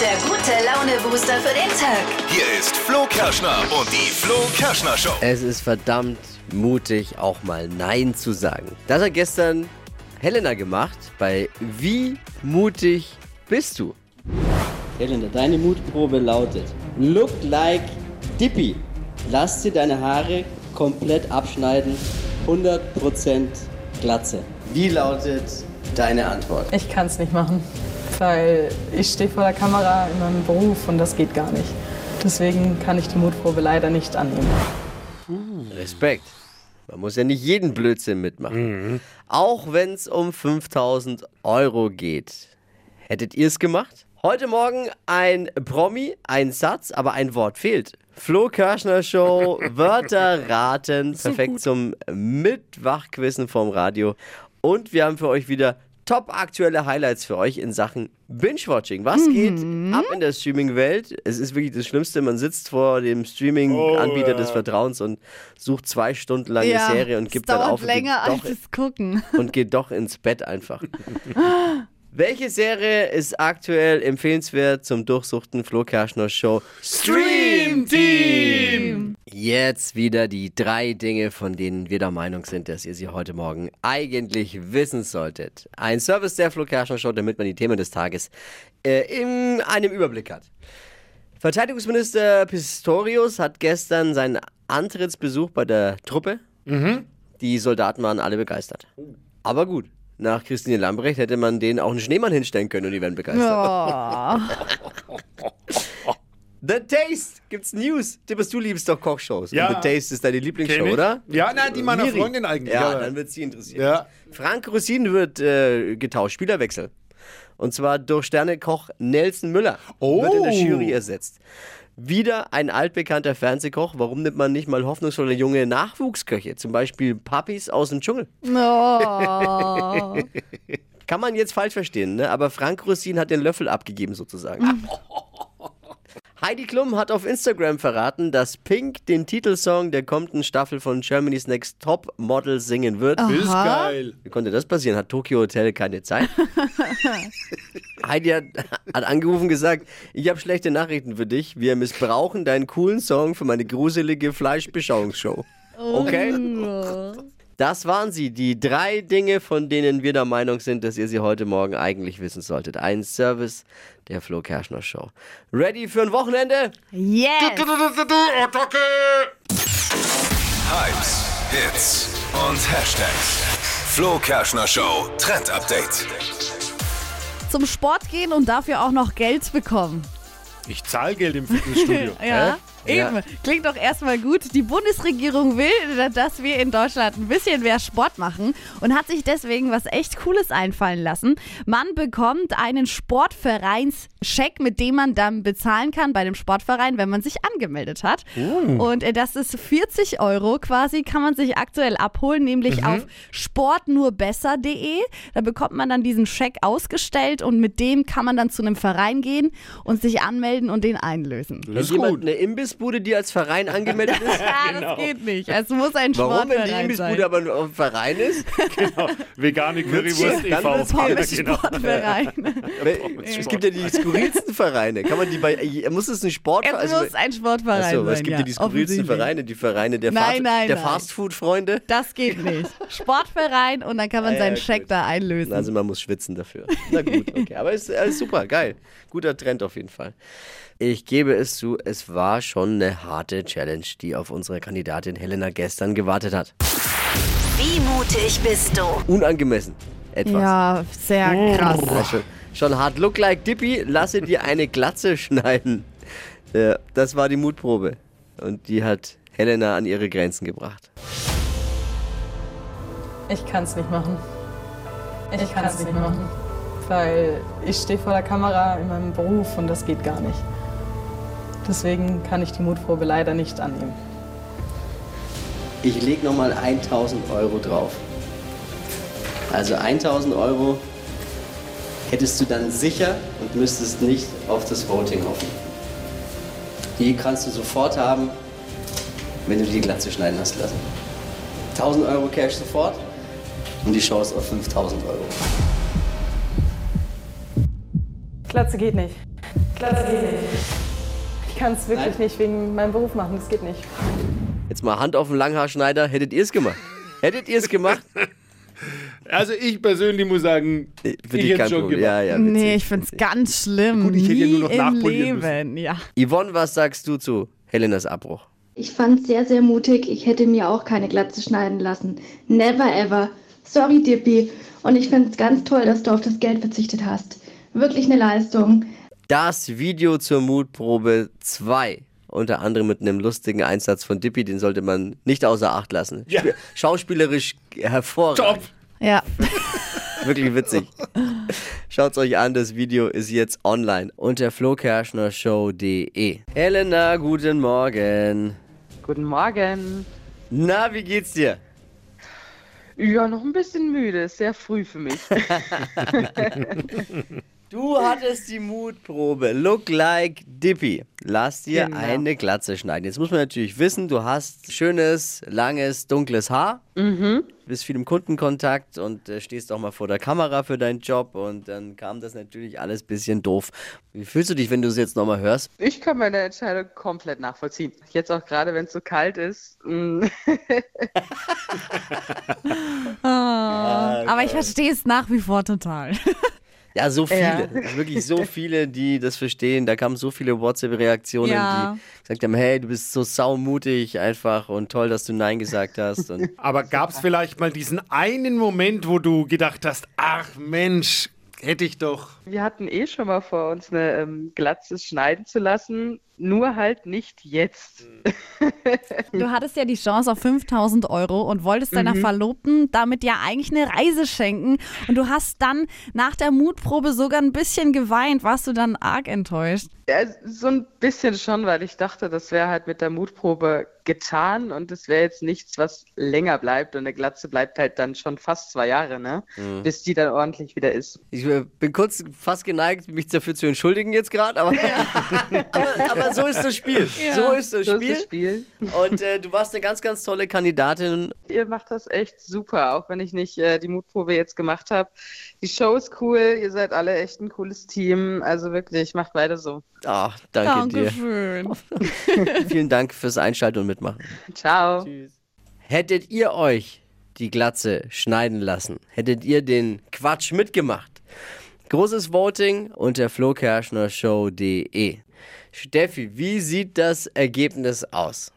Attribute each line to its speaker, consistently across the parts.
Speaker 1: Der gute Laune-Booster für den Tag.
Speaker 2: Hier ist Flo Kerschner und die Flo Kerschner Show.
Speaker 3: Es ist verdammt mutig, auch mal Nein zu sagen. Das hat gestern Helena gemacht bei Wie mutig bist du?
Speaker 4: Helena, deine Mutprobe lautet: Look like Dippy. Lass dir deine Haare komplett abschneiden. 100% Glatze. Wie lautet deine Antwort?
Speaker 5: Ich kann es nicht machen, weil ich stehe vor der Kamera in meinem Beruf und das geht gar nicht. Deswegen kann ich die Mutprobe leider nicht annehmen.
Speaker 3: Respekt. Man muss ja nicht jeden Blödsinn mitmachen.
Speaker 4: Mhm.
Speaker 3: Auch wenn es um 5000 Euro geht. Hättet ihr es gemacht? Heute Morgen ein Promi, ein Satz, aber ein Wort fehlt. Flo Kerschner Show, Wörter raten, perfekt zum Mitwachquissen vom Radio. Und wir haben für euch wieder top aktuelle Highlights für euch in Sachen Binge-Watching.
Speaker 6: Mhm.
Speaker 3: Was geht ab in der Streaming-Welt? Es ist wirklich das Schlimmste. Man sitzt vor dem Streaming-Anbieter des Vertrauens und sucht zwei Stunden lang eine Serie und gibt
Speaker 6: Oh,
Speaker 3: dann
Speaker 6: es dauert
Speaker 3: auf und geht
Speaker 6: länger
Speaker 3: doch
Speaker 6: als das Gucken.
Speaker 3: und geh doch ins Bett einfach. Welche Serie ist aktuell empfehlenswert zum Durchsuchten Flo Kerschner Show? Stream Team! Jetzt wieder die drei Dinge, von denen wir der Meinung sind, dass ihr sie heute Morgen eigentlich wissen solltet. Ein Service der Flo Kerschner Show, damit man die Themen des Tages äh, in einem Überblick hat. Verteidigungsminister Pistorius hat gestern seinen Antrittsbesuch bei der Truppe.
Speaker 7: Mhm.
Speaker 3: Die Soldaten waren alle begeistert.
Speaker 7: Oh.
Speaker 3: Aber gut, nach Christine Lambrecht hätte man denen auch einen Schneemann hinstellen können und die wären begeistert.
Speaker 6: Oh,
Speaker 3: The Taste gibt's News. Tippes, du liebst doch Kochshows.
Speaker 7: Ja.
Speaker 3: Und The Taste ist deine Lieblingsshow,
Speaker 7: Kenn ich.
Speaker 3: oder?
Speaker 7: Ja, na, die meiner
Speaker 3: Miri.
Speaker 7: Freundin eigentlich.
Speaker 3: Ja,
Speaker 7: aber-
Speaker 3: dann wird sie interessieren.
Speaker 7: Ja.
Speaker 3: Frank Rosin wird äh, getauscht, Spielerwechsel. Und zwar durch Sternekoch Nelson Müller.
Speaker 7: Oh.
Speaker 3: Wird in der Jury ersetzt. Wieder ein altbekannter Fernsehkoch. Warum nimmt man nicht mal hoffnungsvolle junge Nachwuchsköche? Zum Beispiel Puppies aus dem Dschungel.
Speaker 6: no.
Speaker 3: Kann man jetzt falsch verstehen, ne? aber Frank Rosin hat den Löffel abgegeben sozusagen. Heidi Klum hat auf Instagram verraten, dass Pink den Titelsong der kommenden Staffel von Germany's Next Top Model singen wird.
Speaker 7: Ist geil.
Speaker 3: Wie konnte das passieren? Hat Tokyo Hotel keine Zeit? Heidi hat, hat angerufen und gesagt, ich habe schlechte Nachrichten für dich. Wir missbrauchen deinen coolen Song für meine gruselige Fleischbeschauungsshow. Okay? Das waren sie, die drei Dinge, von denen wir der Meinung sind, dass ihr sie heute Morgen eigentlich wissen solltet. Ein Service der Flo Kerschner Show. Ready für ein Wochenende?
Speaker 6: Yes.
Speaker 2: Hypes, Hits und Hashtags. Flo Kerschner Show Trend Update.
Speaker 6: Zum Sport gehen und dafür auch noch Geld bekommen.
Speaker 7: Ich zahle Geld im Fitnessstudio.
Speaker 6: Ja.
Speaker 3: Ja.
Speaker 6: Eben, klingt doch erstmal gut. Die Bundesregierung will, dass wir in Deutschland ein bisschen mehr Sport machen und hat sich deswegen was echt Cooles einfallen lassen. Man bekommt einen Sportvereinscheck, mit dem man dann bezahlen kann bei dem Sportverein, wenn man sich angemeldet hat. Und äh, das ist 40 Euro quasi, kann man sich aktuell abholen, nämlich auf sportnurbesser.de. Da bekommt man dann diesen Scheck ausgestellt und mit dem kann man dann zu einem Verein gehen und sich anmelden und den einlösen.
Speaker 7: Das ist
Speaker 3: Hat jemand
Speaker 7: gut.
Speaker 3: Eine Imbissbude, die als Verein angemeldet ist?
Speaker 6: Ja, das geht nicht. Es muss ein
Speaker 3: Warum, wenn die
Speaker 6: Sportverein
Speaker 3: Imbissbude
Speaker 6: sein.
Speaker 3: aber nur ein Verein ist?
Speaker 7: Vegane Currywurst
Speaker 3: Dann wird's
Speaker 7: e.V.
Speaker 3: Pommes
Speaker 7: Genau.
Speaker 6: Sportverein.
Speaker 3: Ne, Es gibt ja die skurrilsten Vereine. Kann man die bei. Muss es ein
Speaker 6: Es
Speaker 3: Sportverein
Speaker 6: muss ein Sportverein
Speaker 3: Achso,
Speaker 6: sein.
Speaker 3: Also, es gibt ja, die skurrilsten
Speaker 6: offensichtlich.
Speaker 3: Vereine, die Vereine der,
Speaker 6: Nein,
Speaker 3: Fast-
Speaker 6: nein,
Speaker 3: der
Speaker 6: nein.
Speaker 3: Fastfood-Freunde.
Speaker 6: Das geht nicht. Sportverein und dann kann man
Speaker 3: Ja,
Speaker 6: seinen
Speaker 3: gut.
Speaker 6: Scheck da einlösen.
Speaker 3: Also man muss schwitzen dafür. Na gut, okay. Aber ist, äh, ist super, geil. Guter Trend auf jeden Fall. Ich gebe es zu, es war schon eine harte Challenge, die auf unsere Kandidatin Helena gestern gewartet hat.
Speaker 1: Wie mutig bist du?
Speaker 3: Unangemessen. Etwas.
Speaker 6: ja, sehr krass.
Speaker 3: Ja, schon, Also, schon hart. Look like Dippy, lasse dir eine Glatze schneiden. Ja, das war die Mutprobe. Und die hat Helena an ihre Grenzen gebracht.
Speaker 5: Ich kann es nicht machen. Ich kann es nicht machen, weil ich stehe vor der Kamera in meinem Beruf und das geht gar nicht. Deswegen kann ich die Mutprobe leider nicht annehmen.
Speaker 4: Ich lege nochmal 1000 Euro drauf. Also 1000 Euro hättest du dann sicher und müsstest nicht auf das Voting hoffen. Die kannst du sofort haben, wenn du die Glatze schneiden hast lassen. 1000 Euro Cash sofort und die Chance auf 5000 Euro.
Speaker 5: Glatze geht nicht. Das geht nicht. Ich kann es wirklich nicht wegen meinem Beruf machen, das geht nicht.
Speaker 3: Jetzt mal Hand auf den Langhaarschneider, hättet ihr es gemacht? Hättet ihr es gemacht?
Speaker 7: Also ich persönlich muss sagen, ich
Speaker 3: Äh, Für die
Speaker 7: hätte
Speaker 3: kein
Speaker 7: schon
Speaker 3: Problem.
Speaker 7: gemacht.
Speaker 3: Ja, ja, witzig.
Speaker 6: Nee, ich find's ganz schlimm.
Speaker 7: Gut, ich hätte
Speaker 6: Nie
Speaker 7: ja nur noch
Speaker 6: im
Speaker 7: nachpolieren
Speaker 6: Leben.
Speaker 7: müssen.
Speaker 6: Ja.
Speaker 3: Yvonne, was sagst du zu Helenas Abbruch?
Speaker 8: Ich fand's sehr, sehr mutig. Ich hätte mir auch keine Glatze schneiden lassen. Never ever. Sorry, Dippy. Und ich find's ganz toll, dass du auf das Geld verzichtet hast. Wirklich eine Leistung.
Speaker 3: Das Video zur Mutprobe 2. Unter anderem mit einem lustigen Einsatz von Dippy, den sollte man nicht außer Acht lassen.
Speaker 7: Ja.
Speaker 3: Sp- Schauspielerisch
Speaker 7: Top!
Speaker 3: hervorragend.
Speaker 6: Ja.
Speaker 3: Wirklich witzig. Schaut's euch an, das Video ist jetzt online unter flokerschnershow.de. Helena, guten Morgen.
Speaker 9: Guten Morgen.
Speaker 3: Na, wie geht's dir?
Speaker 9: Ja, noch ein bisschen müde, ist sehr früh für mich.
Speaker 3: Du hattest die Mutprobe. Look like Dippy. Lass dir eine Glatze schneiden. Jetzt muss man natürlich wissen, du hast schönes, langes, dunkles Haar. Bist viel im Kundenkontakt und äh, stehst auch mal vor der Kamera für deinen Job. Und dann kam das natürlich alles ein bisschen doof. Wie fühlst du dich, wenn du es jetzt nochmal hörst?
Speaker 9: Ich kann meine Entscheidung komplett nachvollziehen. Jetzt auch gerade, wenn es so kalt ist. mm.
Speaker 3: Ah,
Speaker 6: Aber ich verstehe es nach wie vor total.
Speaker 3: Ja, so viele.
Speaker 9: Ja.
Speaker 3: Wirklich so viele, die das verstehen. Da kamen so viele WhatsApp-Reaktionen,
Speaker 6: Ja.
Speaker 3: die gesagt haben, hey, du bist so saumutig einfach und toll, dass du Nein gesagt hast. Und
Speaker 7: Aber gab es vielleicht mal diesen einen Moment, wo du gedacht hast, ach Mensch, hätte ich doch.
Speaker 9: Wir hatten eh schon mal vor uns eine ähm, Glatze schneiden zu lassen, nur halt nicht jetzt.
Speaker 6: Du hattest ja die Chance auf 5000 Euro und wolltest deiner Verlobten damit ja eigentlich eine Reise schenken. Und du hast dann nach der Mutprobe sogar ein bisschen geweint. Warst du dann arg enttäuscht?
Speaker 9: Ja, so ein bisschen schon, weil ich dachte, das wäre halt mit der Mutprobe getan und das wäre jetzt nichts, was länger bleibt. Und eine Glatze bleibt halt dann schon fast zwei Jahre, ne? Bis die dann ordentlich wieder ist.
Speaker 3: Ich äh, bin kurz fast geneigt, mich dafür zu entschuldigen jetzt gerade, aber, aber, aber so ist das Spiel. So ist das
Speaker 9: So
Speaker 3: Spiel.
Speaker 9: ist das Spiel.
Speaker 3: Und äh, du warst eine ganz, ganz tolle Kandidatin.
Speaker 9: Ihr macht das echt super, auch wenn ich nicht äh, die Mutprobe jetzt gemacht habe. Die Show ist cool, ihr seid alle echt ein cooles Team. Also wirklich, macht weiter so.
Speaker 3: Ach, danke
Speaker 6: Dankeschön.
Speaker 3: dir. Vielen Dank fürs Einschalten und Mitmachen.
Speaker 9: Ciao.
Speaker 3: Hättet ihr euch die Glatze schneiden lassen? Hättet ihr den Quatsch mitgemacht? Großes Voting unter flokerschnershow.de. Steffi, wie sieht das Ergebnis aus?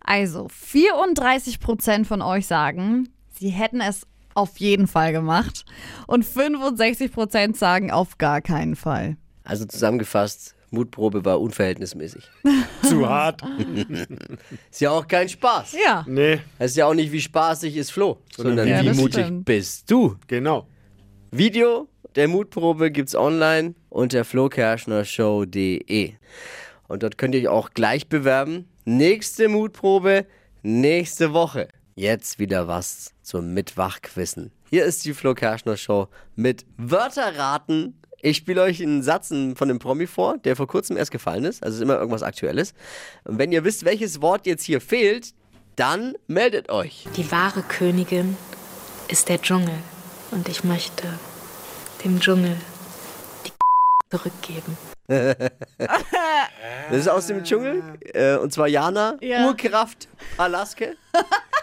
Speaker 6: Also, 34 Prozent von euch sagen, sie hätten es auf jeden Fall gemacht. Und 65 Prozent sagen auf gar keinen Fall.
Speaker 3: Also zusammengefasst, Mutprobe war unverhältnismäßig.
Speaker 7: Zu hart.
Speaker 3: Ist ja auch kein Spaß.
Speaker 6: Ja.
Speaker 7: Nee,
Speaker 3: Es ist ja auch nicht, wie spaßig ist Flo, sondern
Speaker 7: wie
Speaker 6: Ja,
Speaker 3: wie
Speaker 6: das
Speaker 3: mutig
Speaker 6: stimmt.
Speaker 3: bist du.
Speaker 7: genau.
Speaker 3: Video der Mutprobe gibt's online unter flokerschnershow.de. Und dort könnt ihr euch auch gleich bewerben. Nächste Mutprobe nächste Woche. Jetzt wieder was zum Mitwachquissen. Hier ist die Flo Kerschner Show mit Wörterraten. Ich spiele euch einen Satz von einem Promi vor, der vor kurzem erst gefallen ist. Also ist immer irgendwas Aktuelles. Und wenn ihr wisst, welches Wort jetzt hier fehlt, dann meldet euch.
Speaker 10: Die wahre Königin ist der Dschungel und ich möchte dem Dschungel die zurückgeben.
Speaker 3: Das ist aus dem Dschungel. Äh, und zwar Jana,
Speaker 6: Ah. Ja.
Speaker 3: Urkraft Alaske.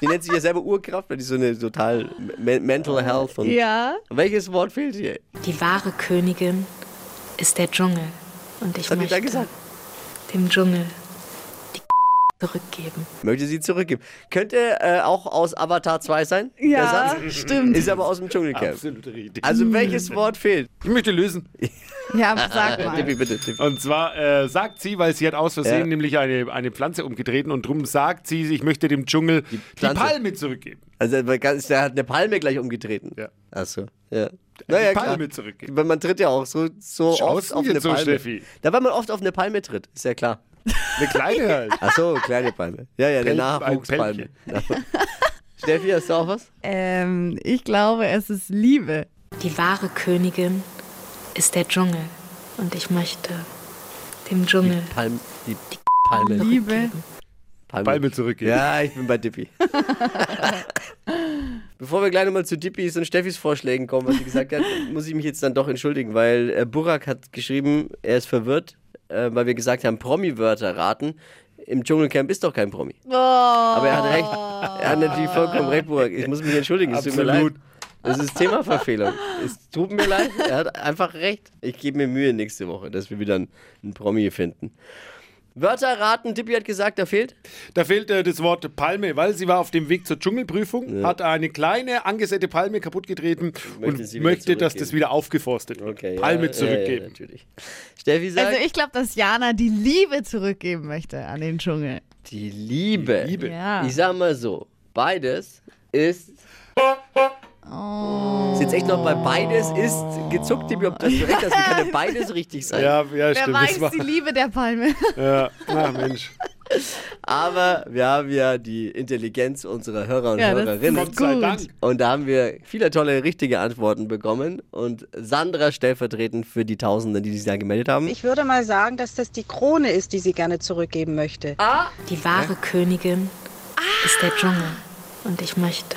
Speaker 3: Die nennt sich ja selber Urkraft, weil die so eine total me Mental Health und.
Speaker 6: Ah. Ja.
Speaker 3: Welches Wort fehlt hier?
Speaker 10: Die wahre Königin ist der Dschungel und ich
Speaker 3: Was hab ich da
Speaker 10: möchte
Speaker 3: gesagt?
Speaker 10: dem Dschungel die zurückgeben.
Speaker 3: Möchte sie zurückgeben. Könnte äh, auch aus Avatar 2 sein?
Speaker 6: Ja,
Speaker 3: Der Satz?
Speaker 6: stimmt.
Speaker 3: Ist aber aus dem Dschungelcamp.
Speaker 7: Absolute richtig.
Speaker 3: Also welches Wort fehlt?
Speaker 7: ich möchte lösen.
Speaker 6: Ja, sag
Speaker 3: Tippi,
Speaker 6: mal.
Speaker 3: bitte, Tippi.
Speaker 7: Und zwar äh, sagt sie, weil sie hat aus Versehen
Speaker 3: Ja.
Speaker 7: nämlich eine, eine Pflanze umgetreten und drum sagt sie, ich möchte dem Dschungel die,
Speaker 3: Pflanze.
Speaker 7: Palme zurückgeben.
Speaker 3: Also er hat eine Palme gleich umgetreten.
Speaker 7: Ja.
Speaker 3: Achso. Ja. Naja,
Speaker 7: Palme
Speaker 3: klar.
Speaker 7: zurückgeben.
Speaker 3: Weil man tritt ja auch so, so oft
Speaker 7: Schaust
Speaker 3: auf
Speaker 7: jetzt
Speaker 3: eine
Speaker 7: so,
Speaker 3: Palme.
Speaker 7: Steffi?
Speaker 3: Da weil man oft auf eine Palme tritt, ist ja klar.
Speaker 7: Eine kleine halt.
Speaker 3: Ach so, kleine Palme. Ja, ja, der
Speaker 7: Pel-
Speaker 3: Nachwuchspalme. Steffi, hast du auch was?
Speaker 6: Ähm, ich glaube, es ist Liebe.
Speaker 10: Die wahre Königin ist der Dschungel und ich möchte dem
Speaker 3: Die
Speaker 10: Dschungel
Speaker 3: Palme. Die Palme.
Speaker 6: Liebe.
Speaker 3: Palme.
Speaker 7: Palme zurückgeben.
Speaker 3: Ja, ich bin bei Dippy. Bevor wir gleich nochmal zu Dippys und Steffis Vorschlägen kommen, was sie gesagt hat, muss ich mich jetzt dann doch entschuldigen, weil äh, Burak hat geschrieben, er ist verwirrt äh, weil wir gesagt haben, Promi-Wörter raten. Im Dschungelcamp ist doch kein Promi.
Speaker 6: Oh.
Speaker 3: Aber er hat recht. Er hat natürlich vollkommen recht, Burak. Ich muss mich entschuldigen, es tut mir leid.
Speaker 7: Absolut.
Speaker 3: Es ist Themaverfehlung. Es tut mir leid, er hat einfach recht. Ich gebe mir Mühe nächste Woche, dass wir wieder einen, einen Promi finden. Wörter raten, Tippi hat gesagt, da fehlt.
Speaker 7: Da fehlt äh, das Wort Palme, weil sie war auf dem Weg zur Dschungelprüfung, hat eine kleine angesäte Palme kaputtgetreten
Speaker 3: Möchte sie wieder
Speaker 7: und möchte, dass
Speaker 3: zurückgeben.
Speaker 7: das wieder aufgeforstet wird.
Speaker 3: Okay, ja, ja,
Speaker 7: Palme
Speaker 3: Ja, ja,
Speaker 7: zurückgeben.
Speaker 3: natürlich. Steffi sagt,
Speaker 6: Also ich glaube, dass Jana die Liebe zurückgeben möchte an den Dschungel.
Speaker 3: die Liebe.
Speaker 7: Liebe.
Speaker 6: Ja.
Speaker 3: Ich sag mal so, beides ist. Ist jetzt echt noch bei beides ist gezuckt, Tippi, ob das so recht ist. Wie kann denn beides richtig sein?
Speaker 7: Ja, ja,
Speaker 6: Wer
Speaker 7: stimmt. das
Speaker 6: weiß die Liebe der Palme.
Speaker 7: ja. Ach, Mensch.
Speaker 3: Aber wir haben ja die Intelligenz unserer Hörer und
Speaker 6: Ja, das
Speaker 3: Hörerinnen.
Speaker 7: Gott sei Dank.
Speaker 3: Und da haben wir viele tolle, richtige Antworten bekommen. Und Sandra stellvertretend für die Tausenden, die sich da gemeldet haben.
Speaker 11: Ich würde mal sagen, dass das die Krone ist, die sie gerne zurückgeben möchte.
Speaker 10: Die wahre Königin ist
Speaker 8: Ah!
Speaker 10: der Dschungel und ich möchte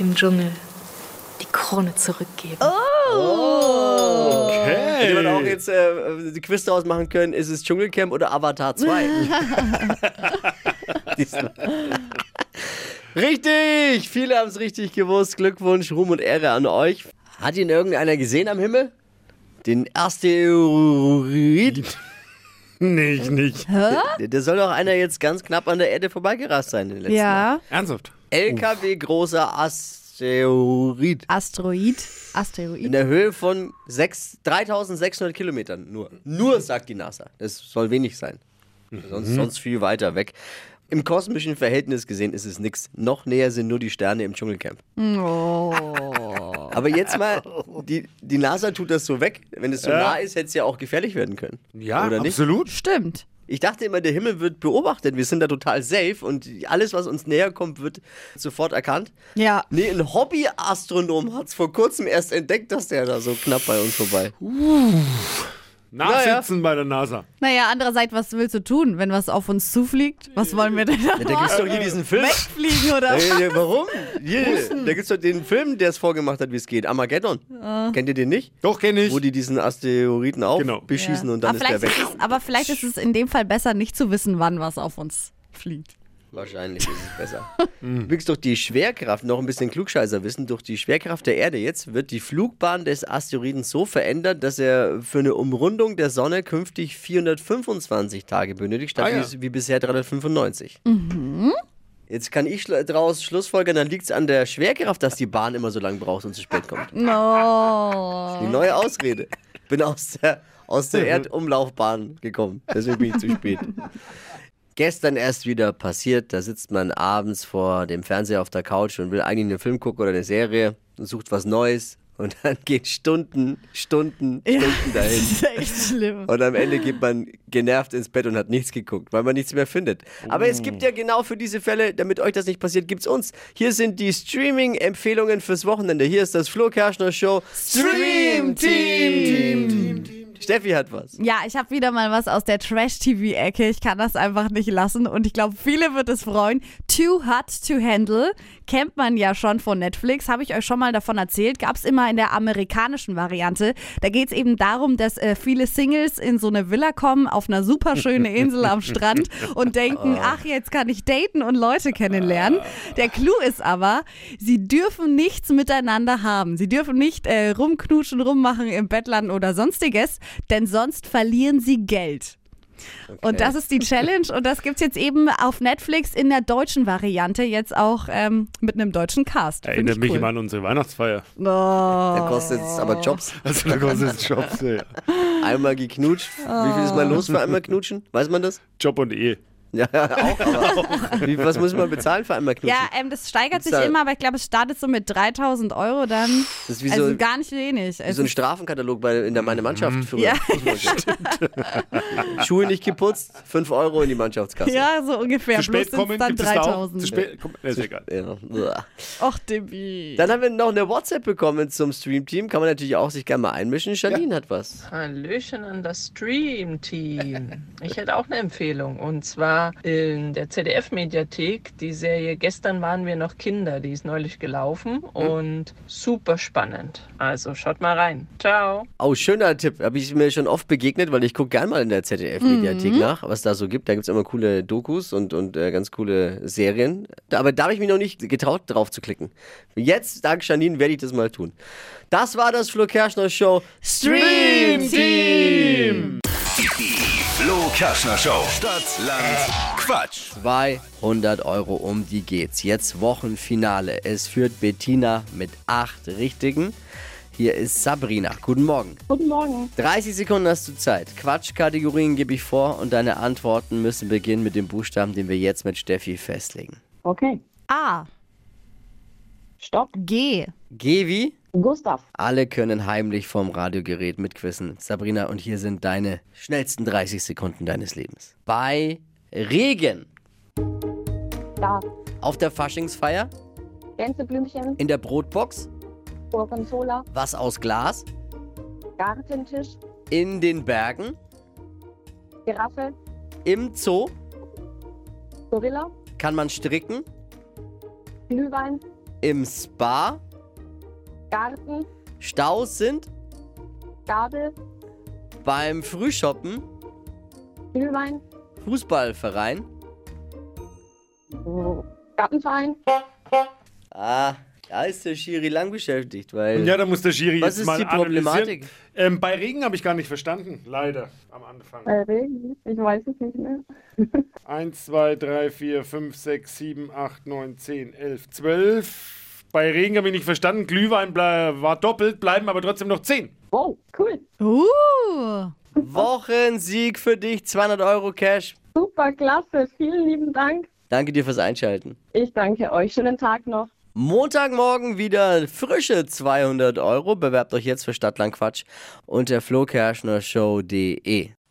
Speaker 10: dem Dschungel die Krone zurückgeben.
Speaker 3: Hätte man auch
Speaker 7: Hey.
Speaker 3: jetzt äh, die Quiz draus machen können, ist es Dschungelcamp oder Avatar 2? Diesmal. richtig! Viele haben es richtig gewusst. Glückwunsch, Ruhm und Ehre an euch. Hat ihn irgendeiner gesehen am Himmel? Den Asteroid?
Speaker 7: Nee, ich nicht.
Speaker 3: Da soll doch einer jetzt ganz knapp an der Erde vorbeigerast sein in den letzten Jahren.
Speaker 6: Ja,
Speaker 7: Ernsthaft?
Speaker 3: LKW-großer Asteroid.
Speaker 6: Asteroid.
Speaker 3: In
Speaker 6: Asteroid.
Speaker 3: der Höhe von sechs- 3600 Kilometern nur. Nur, sagt die NASA. Das soll wenig sein.
Speaker 7: Mhm.
Speaker 3: Sonst, sonst viel weiter weg. Im kosmischen Verhältnis gesehen ist es nichts. Noch näher sind nur die Sterne im Dschungelcamp.
Speaker 6: Oh.
Speaker 3: Aber jetzt mal, die, die NASA tut das so weg. Wenn es so nah ist, hätte es ja auch gefährlich werden können.
Speaker 7: Ja,
Speaker 3: Oder nicht?
Speaker 7: absolut.
Speaker 6: Stimmt.
Speaker 3: Ich dachte immer, der Himmel wird beobachtet. Wir sind da total safe und alles, was uns näher kommt, wird sofort erkannt.
Speaker 6: Ja.
Speaker 3: Nee, ein Hobbyastronom hat es vor kurzem erst entdeckt, dass der da so knapp bei uns vorbei.
Speaker 7: Nachsitzen bei der NASA.
Speaker 6: Naja, andererseits, was willst du tun, wenn was auf uns zufliegt? Was wollen wir denn
Speaker 3: Ja,
Speaker 6: da
Speaker 3: da gibt's doch hier diesen Film.
Speaker 6: wegfliegen oder
Speaker 3: Äh, ja, warum? Hier, da gibt's doch den Film, der es vorgemacht hat, wie es geht. Armageddon. Kennt ihr den nicht?
Speaker 7: Doch, kenne ich.
Speaker 3: Wo die diesen Asteroiden auch
Speaker 7: Genau.
Speaker 3: beschießen
Speaker 6: Ja.
Speaker 3: und dann
Speaker 6: aber
Speaker 3: ist der
Speaker 6: vielleicht
Speaker 3: weg.
Speaker 6: es- aber vielleicht ist es in dem Fall besser, nicht zu wissen, wann was auf uns fliegt.
Speaker 3: Wahrscheinlich ist es besser. Übrigens durch die Schwerkraft, noch ein bisschen Klugscheißer wissen, durch die Schwerkraft der Erde jetzt wird die Flugbahn des Asteroiden so verändert, dass er für eine Umrundung der Sonne künftig 425 Tage benötigt, statt
Speaker 7: Ah, ja. Mhm.
Speaker 3: wie, wie bisher 395. Jetzt kann ich schla- daraus schlussfolgern, dann liegt es an der Schwerkraft, dass die Bahn immer so lange braucht und zu spät kommt.
Speaker 6: No.
Speaker 3: Die neue Ausrede. Bin aus der, aus der Erdumlaufbahn gekommen. Deswegen bin ich zu spät. Gestern erst wieder passiert, da sitzt man abends vor dem Fernseher auf der Couch und will eigentlich einen Film gucken oder eine Serie und sucht was Neues und dann gehen Stunden, Stunden, Stunden
Speaker 6: Das
Speaker 3: dahin.
Speaker 6: ist echt schlimm.
Speaker 3: Und am Ende geht man genervt ins Bett und hat nichts geguckt, weil man nichts mehr findet. Aber es gibt ja genau für diese Fälle, damit euch das nicht passiert, gibt's uns. Hier sind die Streaming-Empfehlungen fürs Wochenende. Hier ist das Flo Kerschner Show Stream Team. Steffi hat was.
Speaker 6: Ja, ich habe wieder mal was aus der Trash-TV-Ecke. Ich kann das einfach nicht lassen und ich glaube, viele wird es freuen. Too Hot to Handle kennt man ja schon von Netflix, habe ich euch schon mal davon erzählt. Gab's immer in der amerikanischen Variante. Da geht's eben darum, dass äh, viele Singles in so eine Villa kommen auf einer super schönen Insel am Strand und denken, ach, jetzt kann ich daten und Leute kennenlernen. Der Clou ist aber, sie dürfen nichts miteinander haben. Sie dürfen nicht äh, rumknutschen, rummachen im Bett landen oder sonstiges, denn sonst verlieren sie Geld. Und das ist die Challenge und das gibt's jetzt eben auf Netflix in der deutschen Variante, jetzt auch ähm, mit einem deutschen Cast. Find
Speaker 7: Erinnert
Speaker 6: ich
Speaker 7: mich
Speaker 6: cool.
Speaker 7: immer an unsere Weihnachtsfeier.
Speaker 6: Oh.
Speaker 3: Der kostet jetzt aber Jobs.
Speaker 7: Also da kostet es Jobs. Ja.
Speaker 3: Einmal geknutscht. Wie viel ist mal los für einmal knutschen? Weiß man das?
Speaker 7: Job und Ehe.
Speaker 3: Ja, auch. Aber Wie, was muss man bezahlen für einmal knutschen?
Speaker 6: Ja, ähm, das steigert sich
Speaker 3: da-
Speaker 6: immer, aber ich glaube, es startet so mit 3000 Euro dann.
Speaker 3: Das ist wie
Speaker 6: also
Speaker 3: so,
Speaker 6: gar nicht wenig.
Speaker 3: wie so
Speaker 6: Also
Speaker 3: ein Strafenkatalog bei in der meine Mannschaft früher.
Speaker 6: Mhm. Ja.
Speaker 3: Schuhe nicht geputzt, 5 Euro in die Mannschaftskasse.
Speaker 6: ja, so ungefähr.
Speaker 7: also Zu spät
Speaker 6: Bloß
Speaker 7: kommen
Speaker 6: sind's dann
Speaker 7: gibt es da auch. Zu
Speaker 6: 3000.
Speaker 7: spät kommen, ist egal.
Speaker 3: Ja. Uah.
Speaker 6: Och, Debbie.
Speaker 3: Dann haben wir noch eine WhatsApp bekommen zum Streamteam. Kann man natürlich auch sich gerne mal einmischen. Janine hat was.
Speaker 11: Hallöchen an das Stream-Team. Ich hätte auch eine Empfehlung. Und zwar
Speaker 12: zwar in der ZDF-Mediathek die Serie Gestern waren wir noch Kinder, die ist neulich gelaufen
Speaker 9: Hm.
Speaker 12: und super spannend. Also schaut mal rein. Ciao.
Speaker 3: Oh, schöner Tipp. Habe ich mir schon oft begegnet, weil ich gucke gern mal in der ZDF-Mediathek
Speaker 12: Mhm.
Speaker 3: nach, was da so gibt. Da gibt es immer coole Dokus und, und äh, ganz coole Serien. Aber da habe ich mich noch nicht getraut, drauf zu klicken. Jetzt, dank Janine, werde ich das mal tun. Das war das Flo Kerschner Show Stream Team!
Speaker 2: Die Flo Kerschner Show. Stadt, Land, Quatsch.
Speaker 3: 200 Euro, um die geht's. Jetzt Wochenfinale. Es führt Bettina mit acht Richtigen. Hier ist Sabrina. Guten Morgen.
Speaker 13: Guten Morgen.
Speaker 3: 30 Sekunden hast du Zeit. Quatschkategorien gebe ich vor und deine Antworten müssen beginnen mit dem Buchstaben, den wir jetzt mit Steffi festlegen.
Speaker 13: Okay.
Speaker 6: A.
Speaker 13: Stopp.
Speaker 6: G.
Speaker 3: Geh wie?
Speaker 13: Gustav.
Speaker 3: Alle können heimlich vom Radiogerät mitquissen. Sabrina, und hier sind deine schnellsten 30 Sekunden deines Lebens. Bei Regen.
Speaker 13: Da.
Speaker 3: Auf der Faschingsfeier.
Speaker 13: Gänseblümchen,
Speaker 3: In der Brotbox.
Speaker 13: Gorgonzola,
Speaker 3: Was aus Glas.
Speaker 13: Gartentisch,
Speaker 3: In den Bergen.
Speaker 13: Giraffe,
Speaker 3: Im Zoo.
Speaker 13: Gorilla,
Speaker 3: Kann man stricken.
Speaker 13: Glühwein,
Speaker 3: Im Spa.
Speaker 13: Garten,
Speaker 3: Staus sind.
Speaker 13: Gabel,
Speaker 3: Beim Frühshoppen.
Speaker 13: Glühwein,
Speaker 3: Fußballverein.
Speaker 13: Gartenverein.
Speaker 3: Ah, da ist der Schiri lang beschäftigt, weil.
Speaker 7: Ja, da muss der Schiri
Speaker 3: Was
Speaker 7: jetzt
Speaker 3: ist
Speaker 7: mal
Speaker 3: die Problematik?
Speaker 7: analysieren. Ähm, bei Regen habe ich gar nicht verstanden, leider, am Anfang.
Speaker 13: Bei Regen, äh, ich weiß es nicht mehr.
Speaker 7: 1, 2, 3, 4, 5, 6, 7, 8, 9, 10, 11, 12. Bei Regen habe ich nicht verstanden. Glühwein ble- war doppelt, bleiben aber trotzdem noch 10.
Speaker 13: Wow, cool.
Speaker 6: Uh.
Speaker 3: Wochensieg für dich, 200 Euro Cash.
Speaker 13: Super, klasse. Vielen lieben Dank.
Speaker 3: Danke dir fürs Einschalten.
Speaker 13: Ich danke euch. Schönen Tag noch.
Speaker 3: Montagmorgen wieder frische 200 Euro. Bewerbt euch jetzt für Stadtlandquatsch unter flokerschnershow.de.